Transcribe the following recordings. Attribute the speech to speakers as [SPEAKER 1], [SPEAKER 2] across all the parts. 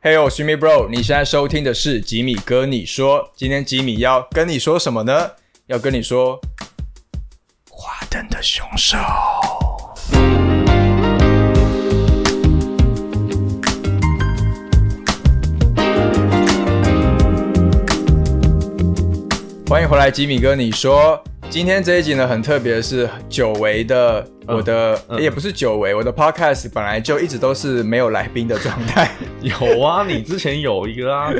[SPEAKER 1] 嘿呦，徐米 bro，你现在收听的是吉米哥你说，今天吉米要跟你说什么呢？要跟你说，华灯的凶手。欢迎回来，吉米哥，你说。今天这一集呢，很特别，是久违的，
[SPEAKER 2] 嗯
[SPEAKER 1] 我的、
[SPEAKER 2] 嗯
[SPEAKER 1] 也不是久违，我的 podcast 本来就一直都是没有来宾的状态，
[SPEAKER 2] 有啊，你之前有一个啊，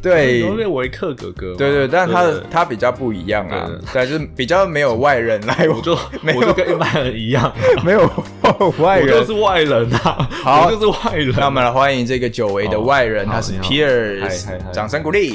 [SPEAKER 1] 对，
[SPEAKER 2] 都是维克哥哥嘛。
[SPEAKER 1] 哎对对，但他的
[SPEAKER 2] 对
[SPEAKER 1] 他比较不一样啊
[SPEAKER 2] 对对，
[SPEAKER 1] 但是比较没有外人来，我
[SPEAKER 2] 我就
[SPEAKER 1] 没有
[SPEAKER 2] 我就跟一般人一样，
[SPEAKER 1] 没有外
[SPEAKER 2] 我就
[SPEAKER 1] 人。
[SPEAKER 2] 是外人啊，
[SPEAKER 1] 好
[SPEAKER 2] 我就是外人。
[SPEAKER 1] 那我们来欢迎这个久违的外人，
[SPEAKER 2] 好
[SPEAKER 1] 他是
[SPEAKER 2] 哦你好嗨嗨
[SPEAKER 1] Pierce，
[SPEAKER 2] 嗨
[SPEAKER 1] 掌声鼓励。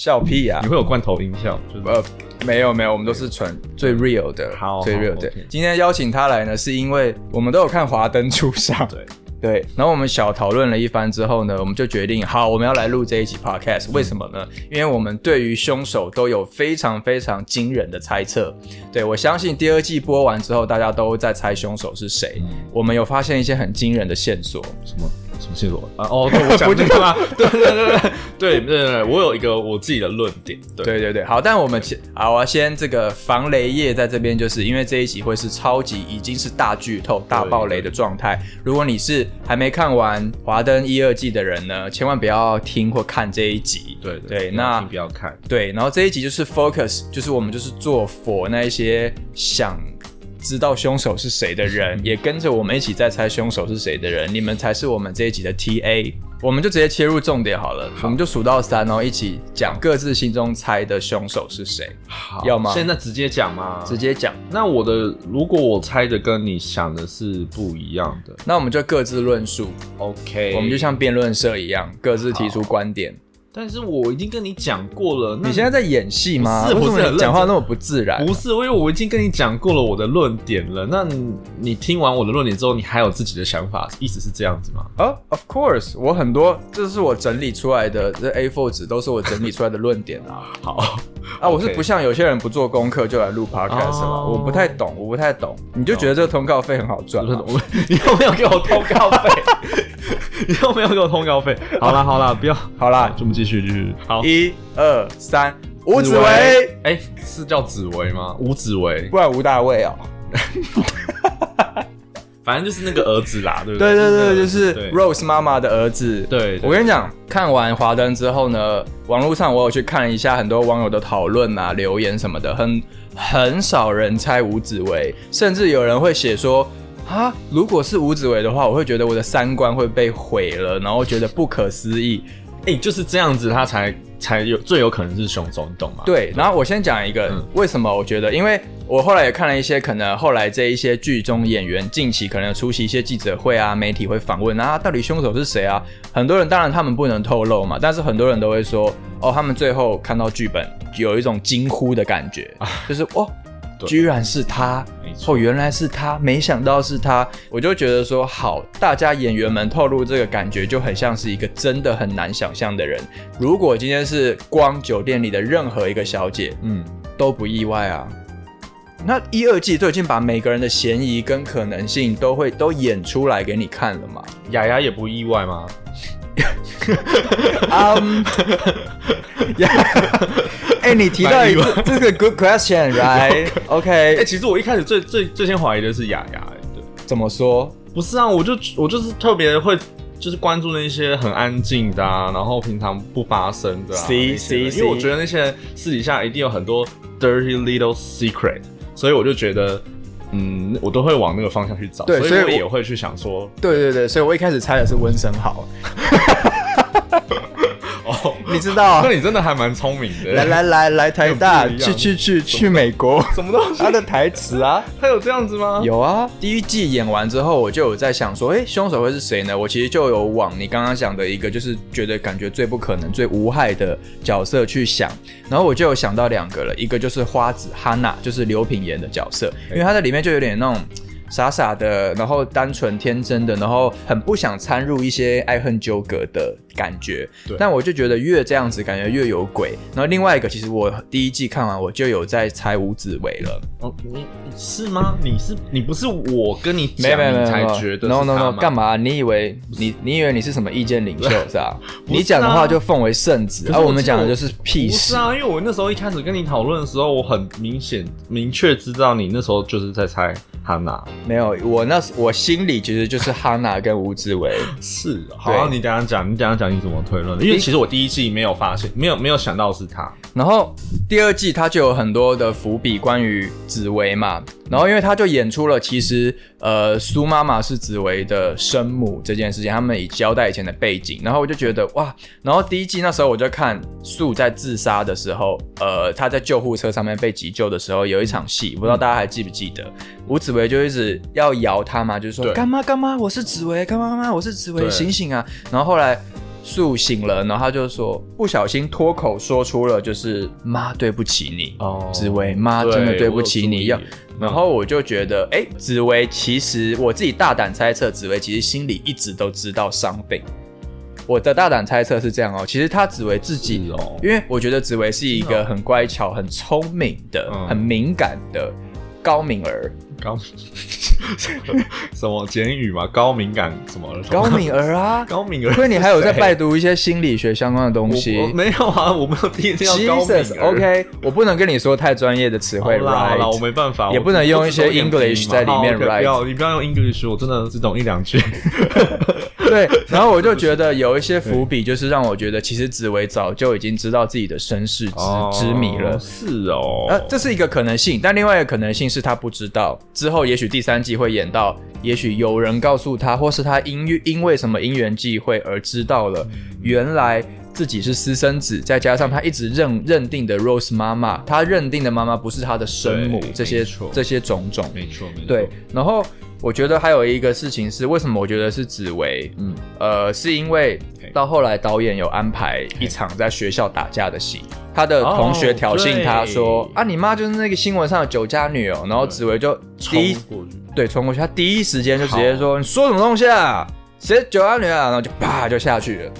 [SPEAKER 1] 笑屁啊呀
[SPEAKER 2] 你！会有罐头音效，就是
[SPEAKER 1] 呃，没有没有，我们都是纯最 real 的
[SPEAKER 2] 好，
[SPEAKER 1] 最
[SPEAKER 2] 好
[SPEAKER 1] real 的
[SPEAKER 2] OK。
[SPEAKER 1] 今天邀请他来呢，是因为我们都有看《华灯初上》，
[SPEAKER 2] 对，
[SPEAKER 1] 对，然后我们小讨论了一番之后呢，我们就决定，好，我们要来录这一集
[SPEAKER 2] 嗯
[SPEAKER 1] podcast。为什么呢？因为我们对于凶手都有非常非常惊人的猜测。对我相信第二季播完之后，大家都在猜凶手是谁。
[SPEAKER 2] 嗯
[SPEAKER 1] 我们有发现一些很惊人的线索，
[SPEAKER 2] 什么什么线索啊？哦，对，我想这个啦，对对对对对对对，我有一个我自己的论点，对
[SPEAKER 1] 对对对，好，但我们先好，我要先这个防雷液在这边，就是因为这一集会是超级已经是大剧透、大爆雷的状态。如果你是还没看完《华灯》一二季的人呢，千万不要听或看这一集。
[SPEAKER 2] 对
[SPEAKER 1] 对，
[SPEAKER 2] 不要
[SPEAKER 1] 那
[SPEAKER 2] 请不要看，
[SPEAKER 1] 对，然后这一集就是 focus，就是我们就是做 for 那一些想知道凶手是谁的人，也跟着我们一起在猜凶手是谁的人，你们才是我们这一集的 TA。我们就直接切入重点好了，我们就数到三，然后一起讲各自心中猜的凶手是谁，
[SPEAKER 2] 好
[SPEAKER 1] 要吗
[SPEAKER 2] 现在直接讲吗？
[SPEAKER 1] 直。接讲。
[SPEAKER 2] 那我的，如果我猜的跟你想的是不一样的
[SPEAKER 1] 那我们就各自论述，
[SPEAKER 2] ，OK，
[SPEAKER 1] 我们就像辩论社一样，各自提出观点。
[SPEAKER 2] 但是我已经跟你讲过了，那
[SPEAKER 1] 你现在在演戏吗？
[SPEAKER 2] 不是
[SPEAKER 1] 为什
[SPEAKER 2] 不是
[SPEAKER 1] 么
[SPEAKER 2] 很
[SPEAKER 1] 你
[SPEAKER 2] 认
[SPEAKER 1] 讲话
[SPEAKER 2] 真
[SPEAKER 1] 那么不自然啊？
[SPEAKER 2] 不是，因为我已经跟你讲过了我的论点了。那你你听完我的论点之后，你还有自己的想法，意思是这样子吗？
[SPEAKER 1] 啊、o f course，我很多，这是我整理出来的，这 A4 纸都是我整理出来的论点 啊。
[SPEAKER 2] 好，
[SPEAKER 1] 啊，我是
[SPEAKER 2] OK
[SPEAKER 1] 不像有些人不做功课就来录 podcast 嘛
[SPEAKER 2] 哦
[SPEAKER 1] 我不太懂，我不太懂。你就觉得这个通告费很好赚
[SPEAKER 2] 不是
[SPEAKER 1] 吗？
[SPEAKER 2] 我，你又没有给我通告费，你又没有给我通告费。 好啦好啦，不要，啊
[SPEAKER 1] 好啦，
[SPEAKER 2] 我们继续继续。好，
[SPEAKER 1] 一二三，哦吴子
[SPEAKER 2] 紫
[SPEAKER 1] 维，，
[SPEAKER 2] 哎、是叫紫薇吗？吴紫薇，
[SPEAKER 1] 不然吴大卫哦。
[SPEAKER 2] 反正就是那个儿子啦，对不
[SPEAKER 1] 对对对，就
[SPEAKER 2] 对
[SPEAKER 1] 是 Rose 妈妈的儿子。
[SPEAKER 2] 对，
[SPEAKER 1] 我跟你讲，看完《华灯》之后呢，网络上我有去看一下很多网友的讨论啊、留言什么的，很很少人猜吴子维，甚至有人会写说。啊！如果是吴子维的话，我会觉得我的三观会被毁了，然后觉得不可思议。
[SPEAKER 2] 哎、就是这样子，他才才有最有可能是凶手，你懂吗？，
[SPEAKER 1] 对，然后我先讲一个、
[SPEAKER 2] 嗯
[SPEAKER 1] 为什么我觉得，因为我后来也看了一些可能后来这一些剧中演员近期可能有出席一些记者会啊，媒体会访问啊，到底凶手是谁啊？很多人当然他们不能透露嘛，但是很多人都会说，哦，他们最后看到剧本有一种惊呼的感觉，就是哦。
[SPEAKER 2] 啊对
[SPEAKER 1] 居然是他
[SPEAKER 2] 没！错
[SPEAKER 1] 哦，原来是他，没想到是他，我就觉得说好，大家演员们透露这个感觉就很像是一个真的很难想象的人。如果今天是光酒店里的任何一个小姐，
[SPEAKER 2] 嗯，
[SPEAKER 1] 都不意外啊。那一二季都已经把每个人的嫌疑跟可能性都会都演出来给你看了嘛。
[SPEAKER 2] 雅雅也不意外吗？
[SPEAKER 1] 嗯， 哎，你提到一
[SPEAKER 2] 蛮
[SPEAKER 1] 个，这是个 good Oh question，right？OK，、
[SPEAKER 2] 哎、其实我一开始最最最先怀疑的是雅雅、哎对，
[SPEAKER 1] 怎么说？
[SPEAKER 2] 不是啊，我就我就是特别会。就是关注那些很安静的啊，然后平常不发声的啊
[SPEAKER 1] See,
[SPEAKER 2] 那些人
[SPEAKER 1] see,
[SPEAKER 2] 因为我
[SPEAKER 1] see
[SPEAKER 2] 觉得那些人私底下一定有很多 dirty little secret，所以我就觉得，嗯，我都会往那个方向去找，
[SPEAKER 1] 对
[SPEAKER 2] 所
[SPEAKER 1] 所以
[SPEAKER 2] 我
[SPEAKER 1] 我
[SPEAKER 2] 也会去想说，
[SPEAKER 1] 对对对，所以我一开始猜的是温升豪，
[SPEAKER 2] 哦，
[SPEAKER 1] 你知道
[SPEAKER 2] 那？你真的还蛮聪明的，
[SPEAKER 1] 啊来来来来台大，
[SPEAKER 2] 很不一样
[SPEAKER 1] 去去去去美 国，
[SPEAKER 2] 什么东西？
[SPEAKER 1] 他的台词啊。
[SPEAKER 2] 他有这样子吗？
[SPEAKER 1] 有啊，第一季演完之后，我就有在想说，诶，凶手会是谁呢？我其实就有往你刚刚讲的一个，就是觉得感觉最不可能、最无害的角色去想，然后我就有想到两个了，一个就是花子哈娜，就是刘品言的角色，因为她在里面就有点那种。傻傻的，然后单纯天真的，然后很不想掺入一些爱恨纠葛的感觉
[SPEAKER 2] 对。
[SPEAKER 1] 但我就觉得越这样子，感觉越有鬼。然后另外一个，其实我第一季看完，我就有在猜吴子维了。
[SPEAKER 2] 哦，你你是吗？你是你不是我跟你
[SPEAKER 1] 没
[SPEAKER 2] 讲
[SPEAKER 1] 有没有没有
[SPEAKER 2] 你才觉得
[SPEAKER 1] no
[SPEAKER 2] 是
[SPEAKER 1] no
[SPEAKER 2] 他
[SPEAKER 1] no，
[SPEAKER 2] 吗
[SPEAKER 1] 干嘛？啊你以为你你以为你是什么意见领 袖是吧？
[SPEAKER 2] 不是啊
[SPEAKER 1] 你讲的话就奉为圣旨，
[SPEAKER 2] 可
[SPEAKER 1] 而、
[SPEAKER 2] 是
[SPEAKER 1] 我们
[SPEAKER 2] 记得
[SPEAKER 1] 讲的就是屁
[SPEAKER 2] 不
[SPEAKER 1] 事
[SPEAKER 2] 是。啊，因为我那时候一开始跟你讨论的时候，我很明显明确知道你那时候就是在猜哈娜。
[SPEAKER 1] 没有，我那时我心里其实就是哈娜跟吴子维。
[SPEAKER 2] 是，好啊，
[SPEAKER 1] 对
[SPEAKER 2] 你等一下讲，你等一下讲你怎么推论的？因为其实我第一季没有发现，没有没有想到是他。
[SPEAKER 1] 然后第二季它就有很多的伏笔关于紫薇嘛，然后因为它就演出了其实呃苏妈妈是紫薇的生母这件事情，他们以交代以前的背景，然后我就觉得哇，然后第一季那时候我就看素在自杀的时候，呃她在救护车上面被急救的时候有一场戏，不知道大家还记不记得，吴紫薇就一直要摇她嘛，就是说
[SPEAKER 2] 对
[SPEAKER 1] 干妈干妈我是紫薇，干妈干妈我是紫薇，
[SPEAKER 2] 对
[SPEAKER 1] 醒醒啊！然后后来树醒了，然后他就说不小心脱口说出了就是妈对不起你，
[SPEAKER 2] 哦
[SPEAKER 1] 紫薇妈真的对不起你要。然后我就觉得，哎，紫薇其实我自己大胆猜测，紫薇其实心里一直都知道伤病。我的大胆猜测是这样哦，其实她紫薇自己
[SPEAKER 2] 是哦
[SPEAKER 1] 因为我觉得紫薇是一个很乖巧、很聪明的、
[SPEAKER 2] 嗯
[SPEAKER 1] 很敏感的高敏儿。
[SPEAKER 2] 高什么简语嘛，高敏感什么的，
[SPEAKER 1] 高敏儿啊
[SPEAKER 2] 高敏儿是谁，
[SPEAKER 1] 所以你还有在拜读一些心理学相关的东西
[SPEAKER 2] 我我。没有啊，我没有第一次要高敏儿
[SPEAKER 1] Jesus，OK，我不能跟你说太专业的词
[SPEAKER 2] 好
[SPEAKER 1] 汇
[SPEAKER 2] 啦好啦，
[SPEAKER 1] ，right？
[SPEAKER 2] 我没办法，
[SPEAKER 1] 也
[SPEAKER 2] 我
[SPEAKER 1] 不能用一些
[SPEAKER 2] 我只懂
[SPEAKER 1] English
[SPEAKER 2] 嘛
[SPEAKER 1] 在里面
[SPEAKER 2] 好，OK，
[SPEAKER 1] ，right
[SPEAKER 2] 不要你不要用 English，我真的只懂一两 句。
[SPEAKER 1] 对，然后我就觉得有一些伏笔，就是让我觉得其实紫薇早就已经知道自己的身世之
[SPEAKER 2] 哦
[SPEAKER 1] 之谜了。
[SPEAKER 2] 是哦，
[SPEAKER 1] 呃，这是一个可能性，但另外一个可能性是他不知道。之后也许第三季会演到，也许有人告诉他，或是他因因为什么因缘际会而知道了，
[SPEAKER 2] 嗯
[SPEAKER 1] 原来自己是私生子，再加上他一直认认定的 Rose 妈妈，他认定的妈妈不是他的生母
[SPEAKER 2] 对，
[SPEAKER 1] 这些
[SPEAKER 2] 没错
[SPEAKER 1] 这些种种。
[SPEAKER 2] 没错没错，
[SPEAKER 1] 对，然后我觉得还有一个事情是，为什么我觉得是紫薇？
[SPEAKER 2] 嗯，
[SPEAKER 1] 呃，是因为
[SPEAKER 2] 嘿
[SPEAKER 1] 到后来导演有安排一场在学校打架的戏，他的同学挑衅他说：“
[SPEAKER 2] 哦对
[SPEAKER 1] 啊，你妈就是那个新闻上的酒家女哦。”然后紫薇就第
[SPEAKER 2] 冲
[SPEAKER 1] 一
[SPEAKER 2] 过去，
[SPEAKER 1] 对冲过去，他啊第一时间就直接说：“你说什么东西啊？谁是酒家女啊？”然后就啪就下去了。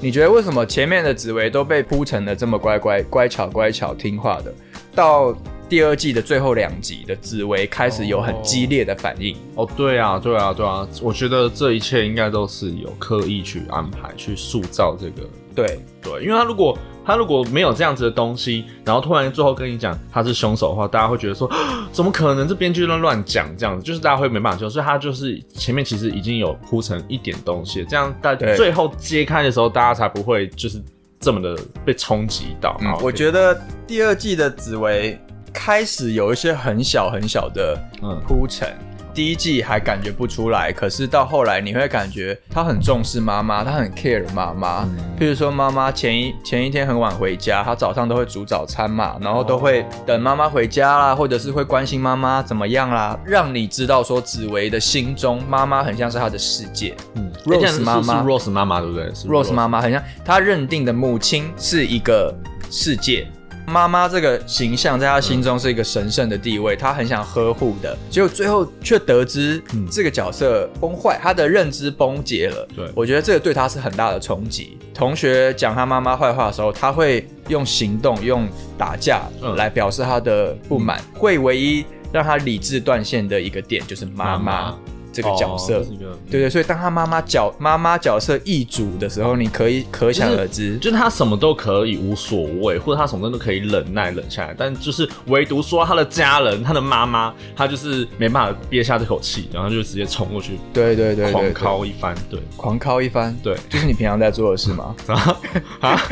[SPEAKER 1] 你觉得为什么前面的紫薇都被铺成的这么乖乖乖巧乖巧听话的，到第二季的最后两集的紫薇开始有很激烈的反应？
[SPEAKER 2] 哦，对啊，对啊，对啊，我觉得这一切应该都是有刻意去安排、去塑造这个。
[SPEAKER 1] 对，
[SPEAKER 2] 对，因为他如果他如果没有这样子的东西，然后突然最后跟你讲他是凶手的话，大家会觉得说，啊怎么可能？这编剧乱乱讲这样子，就是大家会没办法接受。所以他就是前面其实已经有铺成一点东西，这样大
[SPEAKER 1] 对
[SPEAKER 2] 最后揭开的时候，大家才不会就是这么的被冲击到。然后
[SPEAKER 1] 嗯我觉得第二季的紫薇开始有一些很小很小的
[SPEAKER 2] 嗯
[SPEAKER 1] 铺陈。第一季还感觉不出来，可是到后来你会感觉她很重视妈妈，她很 care 妈妈。
[SPEAKER 2] 嗯
[SPEAKER 1] 譬如说，妈妈前一前一天很晚回家，她早上都会煮早餐嘛，然后都会等妈妈回家啦，或者是会关心妈妈怎么样啦，让你知道说紫薇的心中妈妈很像是她的世界。
[SPEAKER 2] 嗯
[SPEAKER 1] Rose
[SPEAKER 2] 诶这样是
[SPEAKER 1] 妈妈
[SPEAKER 2] 是 Rose 妈妈对不对是
[SPEAKER 1] Rose 妈妈很像她认定的母亲是一个世界，妈妈这个形象在她心中是一个神圣的地位，她很想呵护的，结果最后却得知
[SPEAKER 2] 嗯
[SPEAKER 1] 这个角色崩坏，她的认知崩解了。
[SPEAKER 2] 对
[SPEAKER 1] 我觉得这个对她是很大的冲击。同学讲她妈妈坏话的时候，她会用行动、用打架
[SPEAKER 2] 嗯
[SPEAKER 1] 来表示她的不满，会唯一让她理智断线的一个点就是妈
[SPEAKER 2] 妈
[SPEAKER 1] 妈
[SPEAKER 2] 妈
[SPEAKER 1] 这个角色。
[SPEAKER 2] 哦这是一个
[SPEAKER 1] 对对，所以当他妈妈角妈妈角色易主的时候，你可以可想而知，
[SPEAKER 2] 就是他什么都可以无所谓，或者他什么都可以忍耐忍下来，但就是唯独说他的家人，他的妈妈，他就是没办法憋下这口气，然后就直接冲过去
[SPEAKER 1] 对对对对
[SPEAKER 2] 狂
[SPEAKER 1] 对，
[SPEAKER 2] 敲一番，对
[SPEAKER 1] 狂敲一番，，
[SPEAKER 2] 对
[SPEAKER 1] 就是你平常在做的事嘛。
[SPEAKER 2] 啊 啊！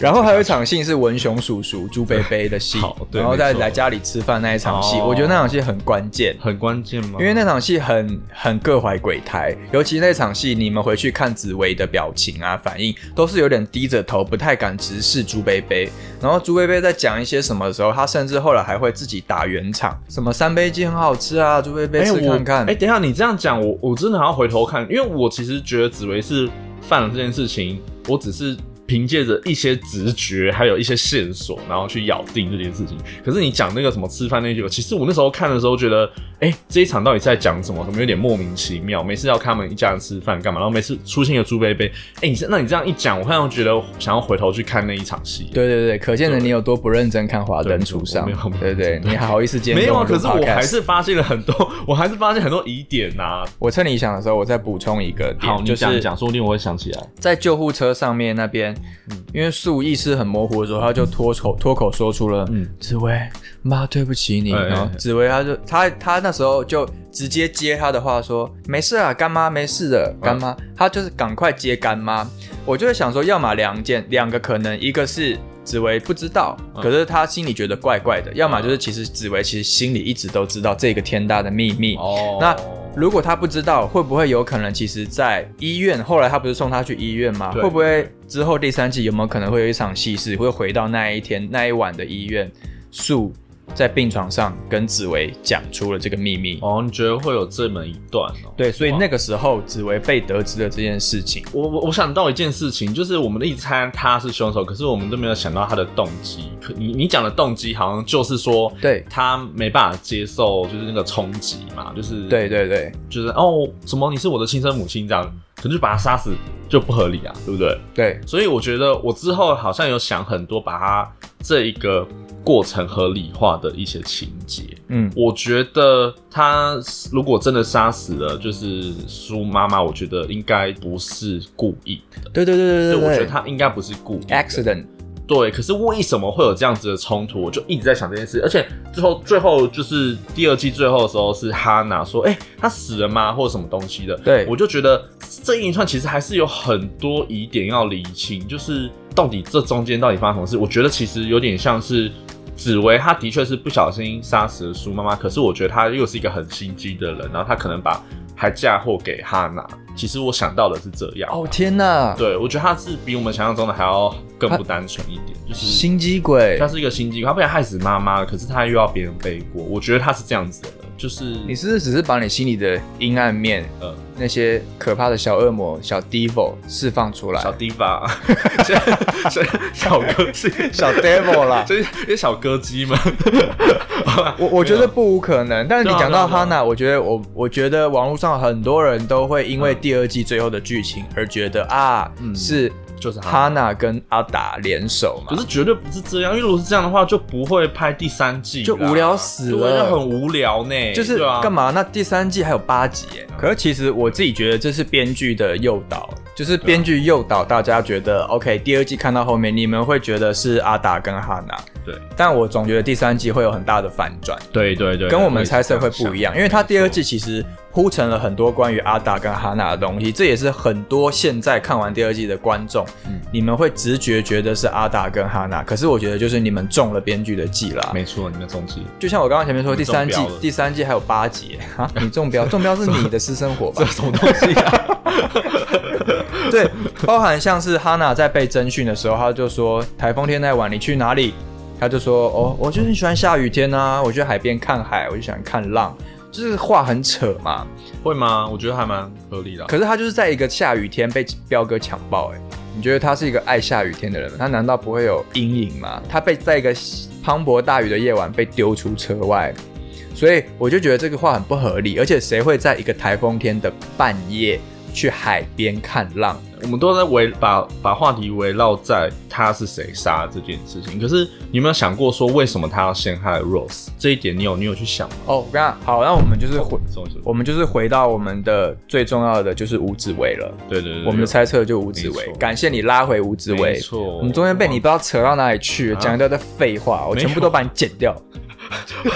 [SPEAKER 1] 然后还有一场戏是文雄叔叔朱贝贝的戏
[SPEAKER 2] 好，对
[SPEAKER 1] 然后再
[SPEAKER 2] 没错
[SPEAKER 1] 来家里吃饭那一场戏，
[SPEAKER 2] 哦
[SPEAKER 1] 我觉得那场戏很关键。
[SPEAKER 2] 很关键吗？
[SPEAKER 1] 因为那场戏很很各怀鬼胎，尤其那场戏，你们回去看紫薇的表情啊、反应，都是有点低着头，不太敢直视朱贝贝。然后朱贝贝在讲一些什么的时候，他甚至后来还会自己打圆场，什么三杯鸡很好吃啊，朱贝贝
[SPEAKER 2] 哎
[SPEAKER 1] 吃
[SPEAKER 2] 我
[SPEAKER 1] 看看。
[SPEAKER 2] 哎、等一下你这样讲，我我真的还要回头看，因为我其实觉得紫薇是犯了这件事情，我只是凭借着一些直觉，还有一些线索，然后去咬定这件事情。可是你讲那个什么吃饭那句，其实我那时候看的时候觉得，哎、这一场到底在讲什么？怎么有点莫名其妙？每次要看他们一家人吃饭干嘛？然后每次出现一个猪贝贝，哎、你这那你这样一讲，我好像觉得想要回头去看那一场戏。
[SPEAKER 1] 对对对，可见的你有多不认真看《华灯
[SPEAKER 2] 对
[SPEAKER 1] 初上
[SPEAKER 2] 我没有我》没。
[SPEAKER 1] 对
[SPEAKER 2] 有
[SPEAKER 1] 对，你还好意思今天
[SPEAKER 2] 没有啊，
[SPEAKER 1] 跟
[SPEAKER 2] 可
[SPEAKER 1] 我
[SPEAKER 2] 是
[SPEAKER 1] 录
[SPEAKER 2] 我
[SPEAKER 1] podcast
[SPEAKER 2] 还是发现了很多，我还是发现很多疑点呐、
[SPEAKER 1] 我趁你想的时候，我再补充一个点，
[SPEAKER 2] 好，
[SPEAKER 1] 就
[SPEAKER 2] 你讲
[SPEAKER 1] 是
[SPEAKER 2] 一讲，说不定我会想起来。
[SPEAKER 1] 在救护车上面那边，
[SPEAKER 2] 嗯
[SPEAKER 1] 因为素意识很模糊的时候，他就脱口脱口说出了
[SPEAKER 2] 嗯
[SPEAKER 1] “紫薇，妈，对不起你”，
[SPEAKER 2] 哎
[SPEAKER 1] 然后紫薇他就他他那时候就直接接他的话说：“没事啊，干妈，没事
[SPEAKER 2] 嗯
[SPEAKER 1] 的，干妈。”他就是赶快接干妈。我就会想说，要么两件两个可能，一个是。紫薇不知道，
[SPEAKER 2] 嗯
[SPEAKER 1] 可是他心里觉得怪怪的，要么就是其实紫薇其实心里一直都知道这个天大的秘密，
[SPEAKER 2] 哦
[SPEAKER 1] 那如果他不知道，会不会有可能其实，在医院后来他不是送他去医院吗？
[SPEAKER 2] 对
[SPEAKER 1] 会不会之后第三季有没有可能会有一场戏是会回到那一天那一晚的医院，树在病床上跟紫薇讲出了这个秘密？
[SPEAKER 2] 哦，你觉得会有这么一段哦？
[SPEAKER 1] 对，所以
[SPEAKER 2] 哇
[SPEAKER 1] 那个时候紫薇被得知了这件事情。
[SPEAKER 2] 我我我想到一件事情，就是我们一直猜他是凶手，可是我们都没有想到他的动机。可你你讲的动机好像就是说，
[SPEAKER 1] 对
[SPEAKER 2] 他没办法接受就是那个冲击嘛，就是
[SPEAKER 1] 对，对对，
[SPEAKER 2] 就是哦什么你是我的亲生母亲这样，可是把他杀死就不合理啊，对不对？
[SPEAKER 1] 对
[SPEAKER 2] 所以我觉得我之后好像有想很多把他这一个过程合理化的一些情节。
[SPEAKER 1] 嗯，
[SPEAKER 2] 我觉得他如果真的杀死了，就是苏妈妈，我觉得应该不是故意的。
[SPEAKER 1] 对对对对对
[SPEAKER 2] 我觉得
[SPEAKER 1] 对
[SPEAKER 2] 他应该不是故意的
[SPEAKER 1] accident，
[SPEAKER 2] 对，可是为什么会有这样子的冲突？我就一直在想这件事，而且最后最后就是第二季最后的时候是哈娜说：“哎、他死了吗？或者什么东西的？”
[SPEAKER 1] 对
[SPEAKER 2] 我就觉得这一串其实还是有很多疑点要厘清，就是到底这中间到底发生什么事？我觉得其实有点像是。紫薇，她的确是不小心杀死了苏妈妈，可是我觉得她又是一个很心机的人，然后她可能把还嫁祸给哈娜。其实我想到的是这样，
[SPEAKER 1] 哦天哪，
[SPEAKER 2] 对，我觉得他是比我们想象中的还要更不单纯一点，就是
[SPEAKER 1] 心机鬼
[SPEAKER 2] 他，是一个心机，他不想害死妈妈了，可是他又要别人背锅。我觉得他是这样子的人，就是
[SPEAKER 1] 你是不是只是把你心里的阴暗面，
[SPEAKER 2] 呃
[SPEAKER 1] 那些可怕的小恶魔、小 devil 释放出来？
[SPEAKER 2] 小 diva，小小小歌姬，
[SPEAKER 1] 小 devil 啦。
[SPEAKER 2] 就是因为小歌 姬嘛。
[SPEAKER 1] 我我觉得不无可能，但是你
[SPEAKER 2] 对啊
[SPEAKER 1] 讲到
[SPEAKER 2] 对啊
[SPEAKER 1] Hana，我觉得我我觉得网络上很多人都会因为第二季最后的剧情而觉得啊，
[SPEAKER 2] 嗯
[SPEAKER 1] 是
[SPEAKER 2] 就是 Hana
[SPEAKER 1] Hana 跟阿达联手嘛
[SPEAKER 2] 可。是绝对不是这样，因为如果是这样的话，就不会拍第三季啦，
[SPEAKER 1] 就无聊死了
[SPEAKER 2] 对就很无聊呢。
[SPEAKER 1] 就是
[SPEAKER 2] 对啊啊
[SPEAKER 1] 干？嘛？那第三季还有八集耶。可是其实我自己觉得这是编剧的诱导，就是编剧诱导大家觉
[SPEAKER 2] 啊
[SPEAKER 1] 得、OK，第二季看到后面你们会觉得是阿达跟 Hana，
[SPEAKER 2] 对
[SPEAKER 1] 但我总觉得第三季会有很大的反转。
[SPEAKER 2] 对对对，
[SPEAKER 1] 跟我们猜测会不一样，因为它第二
[SPEAKER 2] 季。
[SPEAKER 1] 季其实铺陈了很多关于阿达跟哈娜的东西，这也是很多现在看完第二季的观众，
[SPEAKER 2] 嗯
[SPEAKER 1] 你们会直觉觉得是阿达跟哈娜，可是我觉得就是你们中了编剧的计啦。
[SPEAKER 2] 没错，你们中计，
[SPEAKER 1] 就像我刚刚前面说，
[SPEAKER 2] 你
[SPEAKER 1] 第
[SPEAKER 2] 们
[SPEAKER 1] 三季
[SPEAKER 2] 中标了
[SPEAKER 1] 第三季还有八集 啊，你中 标，中标是你的私生活吧？
[SPEAKER 2] 什么东西啊？
[SPEAKER 1] 对，包含像是哈娜在被征询的时候，她就说台风天那晚你去哪里？她就说哦，我就是很喜欢下雨天啊，我去海边看海，我就喜欢看浪，就是话很扯嘛。
[SPEAKER 2] 会吗？我觉得还蛮合理的啊。
[SPEAKER 1] 可是他就是在一个下雨天被彪哥强暴、欸，你觉得他是一个爱下雨天的人吗？他难道不会有阴影吗？他被在一个磅礴大雨的夜晚被丢出车外，所以我就觉得这个话很不合理。而且谁会在一个台风天的半夜去海边看浪？
[SPEAKER 2] 我们都在围把把话题围绕在他是谁杀这件事情。可是你有没有想过说，为什么他要陷害 Rose 这一点？你有你有去想吗？
[SPEAKER 1] 哦，我跟你讲好，那我们就是回，
[SPEAKER 2] 什么什么
[SPEAKER 1] 我们就是回到我们的最重要的就是吴子维了。
[SPEAKER 2] 对对对，
[SPEAKER 1] 我们的猜测就吴子
[SPEAKER 2] 没
[SPEAKER 1] 维，
[SPEAKER 2] 错
[SPEAKER 1] 感谢你拉回吴子
[SPEAKER 2] 有
[SPEAKER 1] 维
[SPEAKER 2] 没。错，
[SPEAKER 1] 我们中间被你不知道扯到哪里去了，
[SPEAKER 2] 啊。
[SPEAKER 1] 讲一堆的废话，我全部都把你剪掉。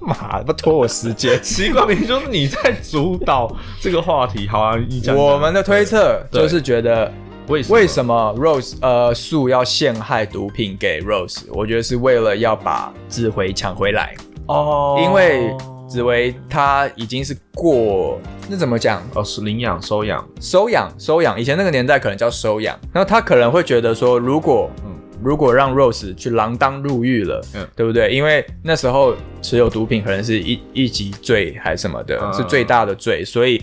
[SPEAKER 1] 妈，不拖我时间
[SPEAKER 2] 奇怪，明明就是你在主导这个话题。好啊，你讲
[SPEAKER 1] 我们的推测
[SPEAKER 2] 对
[SPEAKER 1] 就是觉得，
[SPEAKER 2] 为什么
[SPEAKER 1] 为什么 Rose 呃树要陷害毒品给 Rose？我觉得是为了要把紫薇抢回来，
[SPEAKER 2] 哦？
[SPEAKER 1] 因为紫薇她已经是过那怎么讲
[SPEAKER 2] 哦是领养收养，
[SPEAKER 1] 收养收养，以前那个年代可能叫收养，然后她可能会觉得说，如果
[SPEAKER 2] 嗯
[SPEAKER 1] 如果让 Rose 去锒铛入狱了，
[SPEAKER 2] 嗯
[SPEAKER 1] 对不对？因为那时候持有毒品可能是一一级罪还是什么的，
[SPEAKER 2] 嗯
[SPEAKER 1] 是最大的罪，所以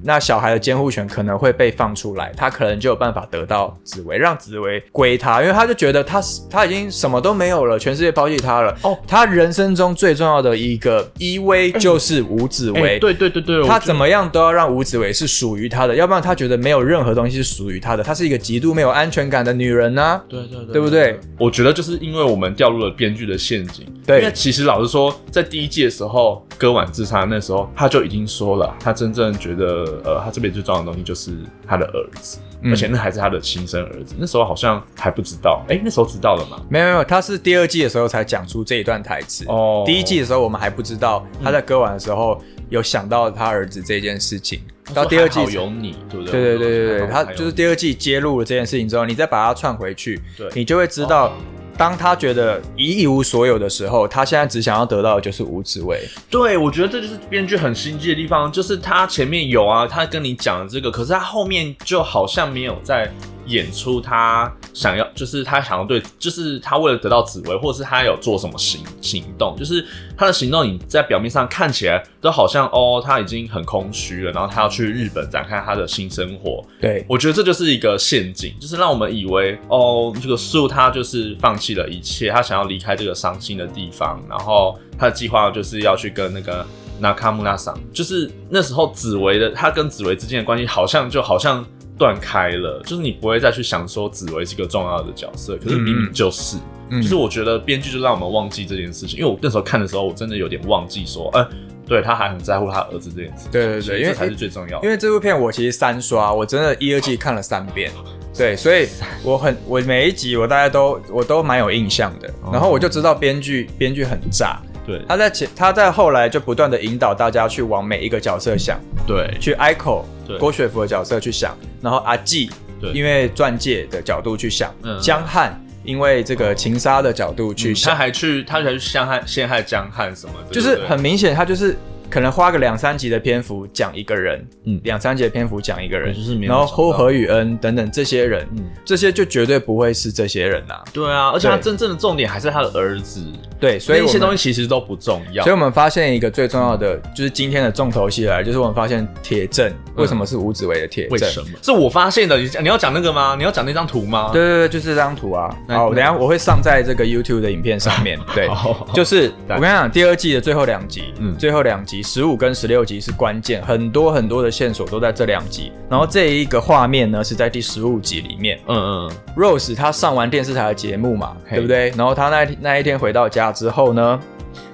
[SPEAKER 1] 那小孩的监护权可能会被放出来，他可能就有办法得到紫薇，让紫薇归他，因为他就觉得他他已经什么都没有了，全世界抛弃他了。
[SPEAKER 2] 哦
[SPEAKER 1] 他人生中最重要的一个依偎就是吴紫
[SPEAKER 2] 哎、
[SPEAKER 1] 薇。
[SPEAKER 2] 对对对对，
[SPEAKER 1] 他
[SPEAKER 2] 我觉得
[SPEAKER 1] 怎么样都要让吴子伟是属于他的，要不然他觉得没有任何东西是属于他的。她是一个极度没有安全感的女人啊呢、
[SPEAKER 2] 对对对，
[SPEAKER 1] 对不对？
[SPEAKER 2] 我觉得就是因为我们掉入了编剧的陷阱。
[SPEAKER 1] 对
[SPEAKER 2] 因为其实老实说，在第一季的时候，割腕自杀那时候，他就已经说了，他真正觉得，呃，他这边最重要的东西就是他的儿子，
[SPEAKER 1] 嗯
[SPEAKER 2] 而且那还是他的亲生儿子。那时候好像还不知道，哎、那时候知道了嘛？
[SPEAKER 1] 没有没有，他是第二季的时候才讲出这一段台词。
[SPEAKER 2] 哦
[SPEAKER 1] 第一季的时候我们还不知道他在割腕的时候有想到他儿子这件事情，到第二季
[SPEAKER 2] 他说还好有你，对不
[SPEAKER 1] 对
[SPEAKER 2] 对？
[SPEAKER 1] 对对对对，
[SPEAKER 2] 还好
[SPEAKER 1] 他
[SPEAKER 2] 还有
[SPEAKER 1] 就是第二季揭露了这件事情之后，你再把它串回去
[SPEAKER 2] 对，
[SPEAKER 1] 你就会知道，
[SPEAKER 2] 哦
[SPEAKER 1] 当他觉得一无所有的时候，他现在只想要得到的就是吴子伟。
[SPEAKER 2] 对，我觉得这就是编剧很心机的地方，就是他前面有啊，他跟你讲的这个，可是他后面就好像没有在演出他想要，就是他想要对，就是他为了得到紫薇，或者是他有做什么行行动，就是他的行动，你在表面上看起来都好像哦，他已经很空虚了，然后他要去日本展开他的新生活，
[SPEAKER 1] 对，
[SPEAKER 2] 我觉得这就是一个陷阱，就是让我们以为哦，这个树他就是放弃了一切，他想要离开这个伤心的地方，然后他的计划就是要去跟那个纳卡穆拉桑，就是那时候紫薇的他跟紫薇之间的关系好像就好像断开了，就是你不会再去想说紫薇是一个重要的角色，可是明明就是。
[SPEAKER 1] 嗯
[SPEAKER 2] 就是我觉得编剧就让我们忘记这件事情，因为我那时候看的时候，我真的有点忘记说，呃，对他还很在乎他儿子这件事情，
[SPEAKER 1] 对对对
[SPEAKER 2] 所以
[SPEAKER 1] 因为
[SPEAKER 2] 这才是最重要的。
[SPEAKER 1] 因为这部片我其实三刷，我真的一二季看了三遍，对，所以我很我每一集我大家都我都蛮有印象的，
[SPEAKER 2] 哦
[SPEAKER 1] 然后我就知道编剧编剧很炸，
[SPEAKER 2] 对
[SPEAKER 1] 他在前他在后来就不断的引导大家去往每一个角色想，
[SPEAKER 2] 对
[SPEAKER 1] 去 Ico
[SPEAKER 2] 对
[SPEAKER 1] 郭雪芙的角色去想，然后阿纪
[SPEAKER 2] 对
[SPEAKER 1] 因为钻戒的角度去想，
[SPEAKER 2] 嗯哦
[SPEAKER 1] 江汉因为这个情杀的角度去
[SPEAKER 2] 嗯
[SPEAKER 1] 想
[SPEAKER 2] 他，还去，他还去陷害陷害江汉什么的，
[SPEAKER 1] 就是很明显他就是。可能花个两三集的篇幅讲一个人，
[SPEAKER 2] 嗯
[SPEAKER 1] 两三集的篇幅讲一个人，
[SPEAKER 2] 就是没有
[SPEAKER 1] 然后
[SPEAKER 2] 想到
[SPEAKER 1] 呼和宇恩等等这些人，
[SPEAKER 2] 嗯
[SPEAKER 1] 这些就绝对不会是这些人呐、
[SPEAKER 2] 对啊，而且他
[SPEAKER 1] 对
[SPEAKER 2] 真正的重点还是他的儿子，
[SPEAKER 1] 对，所
[SPEAKER 2] 所
[SPEAKER 1] 以
[SPEAKER 2] 以一
[SPEAKER 1] 我
[SPEAKER 2] 些东
[SPEAKER 1] 们
[SPEAKER 2] 西其实都不重要
[SPEAKER 1] 所以。我们发现一个最重要的，就是今天的重头戏来，就是我们发现铁证为什么是吴子维的铁
[SPEAKER 2] 嗯为
[SPEAKER 1] 证？
[SPEAKER 2] 什么？是我发现的。你你要讲那个吗？你要讲那张图吗？
[SPEAKER 1] 对对对，就是这张图啊。
[SPEAKER 2] 那
[SPEAKER 1] 好，等一下我会上在这个 YouTube 的影片上 面。对，
[SPEAKER 2] 好，
[SPEAKER 1] 就
[SPEAKER 2] 就
[SPEAKER 1] 是我
[SPEAKER 2] 对
[SPEAKER 1] 跟你讲，第二季的最后两集，
[SPEAKER 2] 嗯
[SPEAKER 1] 最后两集十五跟十六集是关键，很多很多的线索都在这两集。然后这一个画面呢是在第十五集里面
[SPEAKER 2] 嗯嗯
[SPEAKER 1] ，Rose 她上完电视台的节目嘛，
[SPEAKER 2] 嘿
[SPEAKER 1] 对不对？然后她那一天那一天回到家之后呢，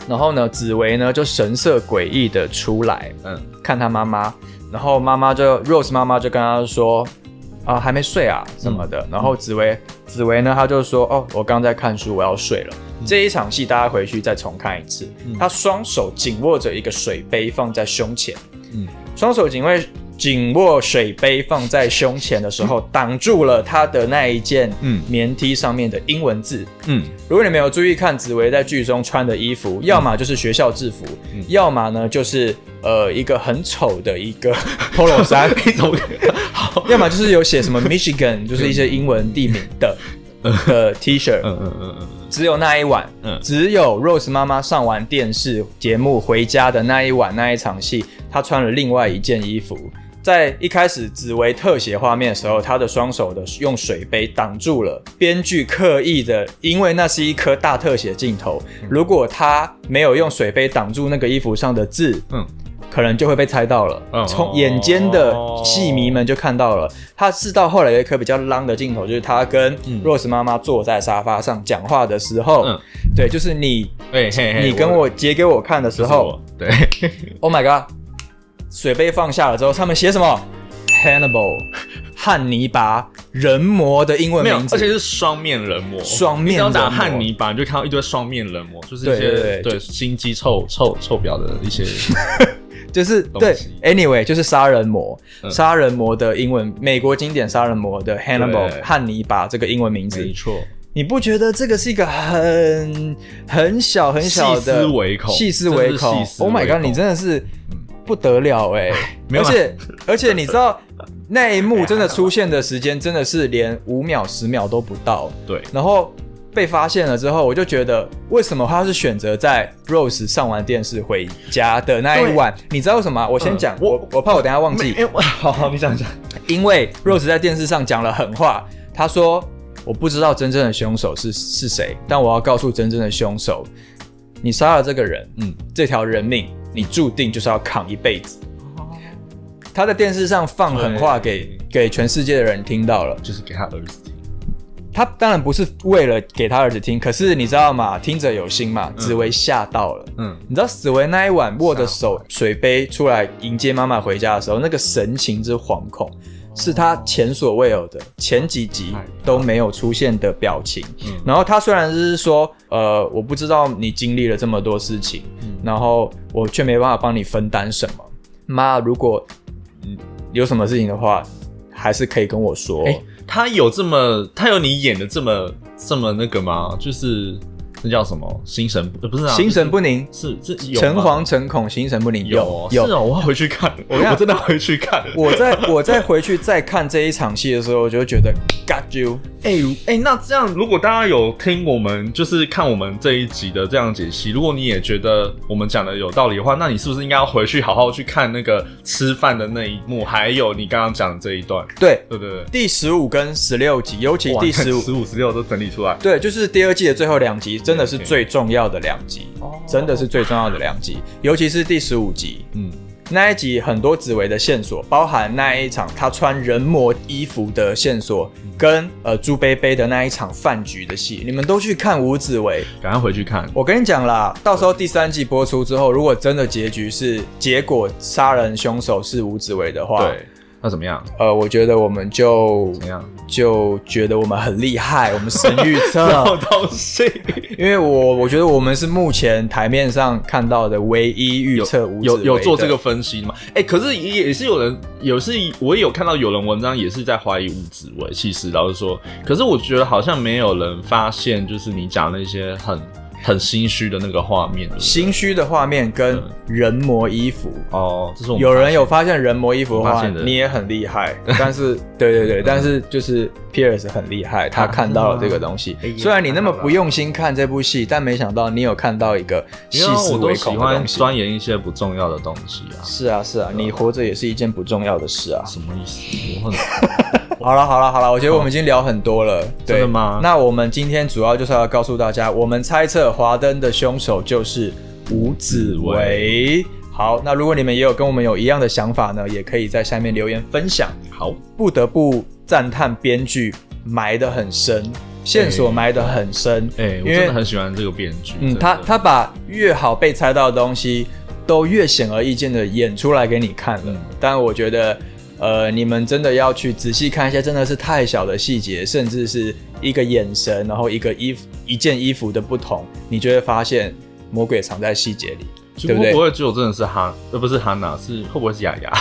[SPEAKER 1] 然后呢，紫薇呢就神色诡异的出来
[SPEAKER 2] 嗯，
[SPEAKER 1] 看她妈妈，然后妈妈就 Rose 妈妈就跟她说。啊，还没睡啊什么
[SPEAKER 2] 嗯
[SPEAKER 1] 的。然后紫薇，紫薇呢，她就说：“哦，我刚在看书，我要睡了。”这一场戏大家回去再重看一次。
[SPEAKER 2] 嗯
[SPEAKER 1] 她双手紧握着一个水杯放在胸前，
[SPEAKER 2] 嗯
[SPEAKER 1] 双手紧握紧握水杯放在胸前的时候， 挡住了她的那一件
[SPEAKER 2] 嗯
[SPEAKER 1] 棉 T 上面的英文字。
[SPEAKER 2] 嗯
[SPEAKER 1] 如果你没有注意看紫薇在剧中穿的衣服，要么就是学校制服，
[SPEAKER 2] 嗯
[SPEAKER 1] 要么呢就是呃一个很丑的一 个 polo 衫，
[SPEAKER 2] 你怎么 好？
[SPEAKER 1] 要么就是有写什么 Michigan，就是一些英文地名的的 T 恤。
[SPEAKER 2] 嗯嗯嗯嗯
[SPEAKER 1] 只有那一晚，
[SPEAKER 2] 嗯
[SPEAKER 1] 只有 Rose 妈妈上完电视节目回家的那一晚那一场戏，她穿了另外一件衣服。在一开始紫薇特写画面的时候，她的双手的用水杯挡住了编剧刻意的，因为那是一颗大特写镜头。
[SPEAKER 2] 嗯
[SPEAKER 1] 如果她没有用水杯挡住那个衣服上的字，
[SPEAKER 2] 嗯
[SPEAKER 1] 可能就会被猜到了
[SPEAKER 2] 嗯，哦
[SPEAKER 1] 从眼尖的戏迷们就看到了。他是到后来有一颗比较浪的镜头，就是他跟
[SPEAKER 2] 嗯
[SPEAKER 1] Rose 妈妈坐在沙发上讲话的时候，
[SPEAKER 2] 嗯，
[SPEAKER 1] 对，就是你
[SPEAKER 2] 哎嘿嘿，
[SPEAKER 1] 你跟我截给我看的时
[SPEAKER 2] 之
[SPEAKER 1] 候
[SPEAKER 2] 后， 对，
[SPEAKER 1] ，Oh my god，水杯放下了之后，上面写什么？Hannibal，汉 尼拔，人魔的英文
[SPEAKER 2] 没有，
[SPEAKER 1] 名字，
[SPEAKER 2] 而且是双面人魔，
[SPEAKER 1] 双
[SPEAKER 2] 你
[SPEAKER 1] 面
[SPEAKER 2] 只要打
[SPEAKER 1] 人魔
[SPEAKER 2] 汉尼拔，你就看到一堆双面人魔，就是
[SPEAKER 1] 对
[SPEAKER 2] 一些
[SPEAKER 1] 对对
[SPEAKER 2] 对心机臭臭臭婊的 一些，
[SPEAKER 1] 就是
[SPEAKER 2] 东
[SPEAKER 1] 对
[SPEAKER 2] 西
[SPEAKER 1] ，anyway，就是杀人魔，
[SPEAKER 2] 嗯
[SPEAKER 1] 杀、人魔的英文，美国经典杀人魔的 Hannibal
[SPEAKER 2] 对
[SPEAKER 1] 汉尼拔这个英文名字
[SPEAKER 2] 没，错，
[SPEAKER 1] 你不觉得这个是一个很很小很小的
[SPEAKER 2] 细思维恐
[SPEAKER 1] 细思维
[SPEAKER 2] 真
[SPEAKER 1] 恐
[SPEAKER 2] 的是细思
[SPEAKER 1] ？Oh my
[SPEAKER 2] 维
[SPEAKER 1] god！
[SPEAKER 2] 恐
[SPEAKER 1] 你真的是
[SPEAKER 2] 嗯
[SPEAKER 1] 不得了哎、
[SPEAKER 2] 没有
[SPEAKER 1] 而
[SPEAKER 2] 啊
[SPEAKER 1] 且而且你知 道那一幕真的出现的时间真的是连五秒十秒都不到，
[SPEAKER 2] 对，
[SPEAKER 1] 然后被发现了之后，我就觉得为什么他是选择在 Rose 上完电视回家的那一晚？你知道为什么吗？我先讲，
[SPEAKER 2] 嗯
[SPEAKER 1] 我我怕我等一下忘记
[SPEAKER 2] 没，因为 好好，你讲讲。
[SPEAKER 1] 因为 Rose 在电视上讲了狠话，他说我不知道真正的凶手是是谁，但我要告诉真正的凶手，你杀了这个人，
[SPEAKER 2] 嗯，
[SPEAKER 1] 这条人命你注定就是要扛一辈子。
[SPEAKER 2] 哦
[SPEAKER 1] 他在电视上放狠话给给全世界的人听到了，
[SPEAKER 2] 就是给他儿子听。
[SPEAKER 1] 他当然不是为了给他儿子听，可是你知道吗？听者有心嘛，紫薇吓到了。
[SPEAKER 2] 嗯，
[SPEAKER 1] 你知道紫薇那一晚握着手水杯出来迎接妈妈回家的时候，那个神情之惶恐，是她前所未有的，前几集都没有出现的表情。
[SPEAKER 2] 嗯
[SPEAKER 1] 然后她虽然是说，呃，我不知道你经历了这么多事情，
[SPEAKER 2] 嗯
[SPEAKER 1] 然后我却没办法帮你分担什么。妈，如果嗯有什么事情的话，还是可以跟我说。
[SPEAKER 2] 哎、他有这么，他有你演的这么这么那个吗？就是那叫什么心神不、呃不是、啊、
[SPEAKER 1] 心神不宁，
[SPEAKER 2] 是是有吗
[SPEAKER 1] 诚惶诚恐，心神不宁。
[SPEAKER 2] 有哦
[SPEAKER 1] 有
[SPEAKER 2] 是哦，我要回去 看，我
[SPEAKER 1] 跟你讲
[SPEAKER 2] 我真的要回去看。
[SPEAKER 1] 我 在我再回去再看这一场戏的时候，我就觉得 got you。
[SPEAKER 2] 哎哎、那这样，如果大家有听我们就是看我们这一集的这样解析，如果你也觉得我们讲的有道理的话，那你是不是应该要回去好好去看那个吃饭的那一幕，还有你刚刚讲的这一段？
[SPEAKER 1] 对，
[SPEAKER 2] 对对对，
[SPEAKER 1] 第十五跟十六集，尤其第十
[SPEAKER 2] 十
[SPEAKER 1] 五，
[SPEAKER 2] 五、十六都整理出来，
[SPEAKER 1] 对，就是第二季的最后两集，真的是最重要的两集，
[SPEAKER 2] 哦
[SPEAKER 1] 真的是最重要的两集，尤其是第十五集
[SPEAKER 2] 嗯，
[SPEAKER 1] 那一集，很多紫薇的线索，包含那一场她穿人模衣服的线索，跟呃朱贝贝的那一场饭局的戏，你们都去看吴紫薇。
[SPEAKER 2] 赶快回去看。
[SPEAKER 1] 我跟你讲啦，到时候第三季播出之后，如果真的结局是结果杀人凶手是吴子维的话，
[SPEAKER 2] 对，那怎么样？
[SPEAKER 1] 呃，我觉得我们就
[SPEAKER 2] 怎么样？
[SPEAKER 1] 就觉得我们很厉害，我们神预
[SPEAKER 2] 好
[SPEAKER 1] 测，
[SPEAKER 2] 东西，
[SPEAKER 1] 因为我我觉得我们是目前台面上看到的唯一预测吴子
[SPEAKER 2] 有
[SPEAKER 1] 维
[SPEAKER 2] 有做
[SPEAKER 1] 的
[SPEAKER 2] 这个分析吗？哎、可是也也是有人，有是我也有看到有人文章也是在怀疑吴子维。其实老实说，可是我觉得好像没有人发现，就是你讲那些很很心虚的那个画面。对不对
[SPEAKER 1] 心虚的画面跟
[SPEAKER 2] 嗯
[SPEAKER 1] 人模衣服。
[SPEAKER 2] 哦，这是我们
[SPEAKER 1] 有
[SPEAKER 2] 发
[SPEAKER 1] 人
[SPEAKER 2] 现
[SPEAKER 1] 有发现人模衣服的
[SPEAKER 2] 我发
[SPEAKER 1] 话，
[SPEAKER 2] 现的嗯
[SPEAKER 1] 你也很厉 害。但是，对对对，但是就是 Pierce 很厉害，他
[SPEAKER 2] 啊
[SPEAKER 1] 看到了
[SPEAKER 2] 真的
[SPEAKER 1] 这
[SPEAKER 2] 吗
[SPEAKER 1] 个东西
[SPEAKER 2] 哎呀。
[SPEAKER 1] 虽然你那么不用心看这部戏，但没想到你有看到一个细
[SPEAKER 2] 因为
[SPEAKER 1] 思
[SPEAKER 2] 我都
[SPEAKER 1] 维
[SPEAKER 2] 喜
[SPEAKER 1] 恐的
[SPEAKER 2] 欢
[SPEAKER 1] 东西。
[SPEAKER 2] 钻研一些不重要的东西啊。
[SPEAKER 1] 是啊，是啊，你活着也是一件不重要的 事啊。
[SPEAKER 2] 什么意思？我很
[SPEAKER 1] 好了，好了，好了，我觉得我们已经聊很多了。对
[SPEAKER 2] 真的吗
[SPEAKER 1] 那我们今天主要就是要告诉大家，我们猜测华灯的凶手就是吴子维。好，那如果你们也有跟我们有一样的想法呢，也可以在下面留言分享。
[SPEAKER 2] 好，
[SPEAKER 1] 不得不赞叹编剧埋得很深，线索埋得很深。
[SPEAKER 2] 哎、我真的很喜欢这个编剧。
[SPEAKER 1] 嗯，
[SPEAKER 2] 真的
[SPEAKER 1] 他他把越好被猜到的东西都越显而易见的演出来给你看了。
[SPEAKER 2] 嗯
[SPEAKER 1] 但我觉得，呃，你们真的要去仔细看一下，真的是太小的细节，甚至是一个眼神，然后一个衣服一件衣服的不同，你就会发现魔鬼藏在细节里。对不对
[SPEAKER 2] 会不会只有真的是哈？呃，不是哈娜，是会不会是雅 雅？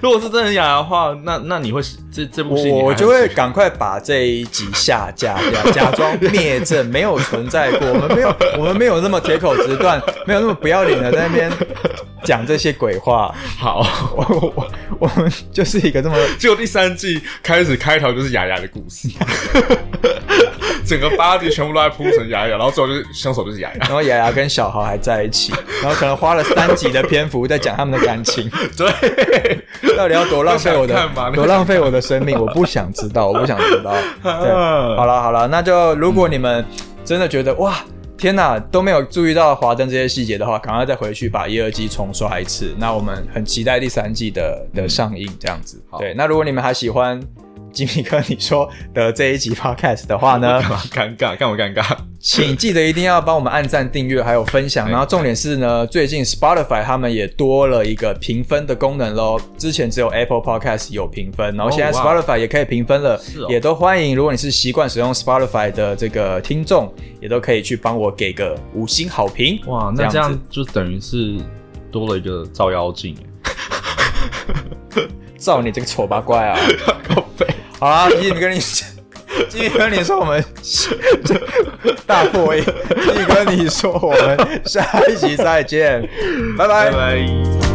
[SPEAKER 2] 如果是真的雅雅的话，那那你会这这部
[SPEAKER 1] 我
[SPEAKER 2] 戏你还
[SPEAKER 1] 我我
[SPEAKER 2] 会
[SPEAKER 1] 就会
[SPEAKER 2] 继续
[SPEAKER 1] 赶快把这一集下架掉，假装灭证没有存在过。我们 没有，我们没有那么铁口直断，没有那么不要脸的在那边讲这些鬼话。
[SPEAKER 2] 好。
[SPEAKER 1] 我我我我们就是一个这么
[SPEAKER 2] 结果第三季开始开头就是雅雅的故事， 整个八集全部都在铺成雅雅，然后最后就是凶手就是雅雅。
[SPEAKER 1] 然后雅雅跟小豪还在一起，然后可能花了三集的篇幅在讲他们的感情，
[SPEAKER 2] 对，
[SPEAKER 1] 到底要多浪费我
[SPEAKER 2] 不
[SPEAKER 1] 的
[SPEAKER 2] 想看吧
[SPEAKER 1] 多浪费我的生命？我不想知 道，我不想知道。对，
[SPEAKER 2] 嗯
[SPEAKER 1] 好了好了，那就如果你们真的觉得哇。天呐，都没有注意到华灯这些细节的话，赶快再回去把一、二季重刷一次。那我们很期待第三季的的上映，这样子。
[SPEAKER 2] 嗯好
[SPEAKER 1] 对，那如果你们还喜欢吉米哥你说的这一集 podcast 的话呢，
[SPEAKER 2] 干嘛尴尬？干嘛尴尬？
[SPEAKER 1] 请记得一定要帮我们按赞、订阅还有分 享。
[SPEAKER 2] 对
[SPEAKER 1] 然后重点是呢，最近 Spotify 他们也多了一个评分的功能喽。之前只有 Apple Podcast 有评分，然后现在
[SPEAKER 2] 哦哇
[SPEAKER 1] Spotify 也可以评分了，
[SPEAKER 2] 是哦
[SPEAKER 1] 也都欢迎。如果你是习惯使用 Spotify 的这个听众，也都可以去帮我给个五星好评。
[SPEAKER 2] 哇，那这
[SPEAKER 1] 子
[SPEAKER 2] 样就等于是多了一个照妖镜，
[SPEAKER 1] 照你这个丑八怪 啊！
[SPEAKER 2] 靠背。
[SPEAKER 1] 好啊，吉米跟你，吉米跟你说我们大破音，吉米跟你说我们下一集再见，拜拜
[SPEAKER 2] 拜。拜。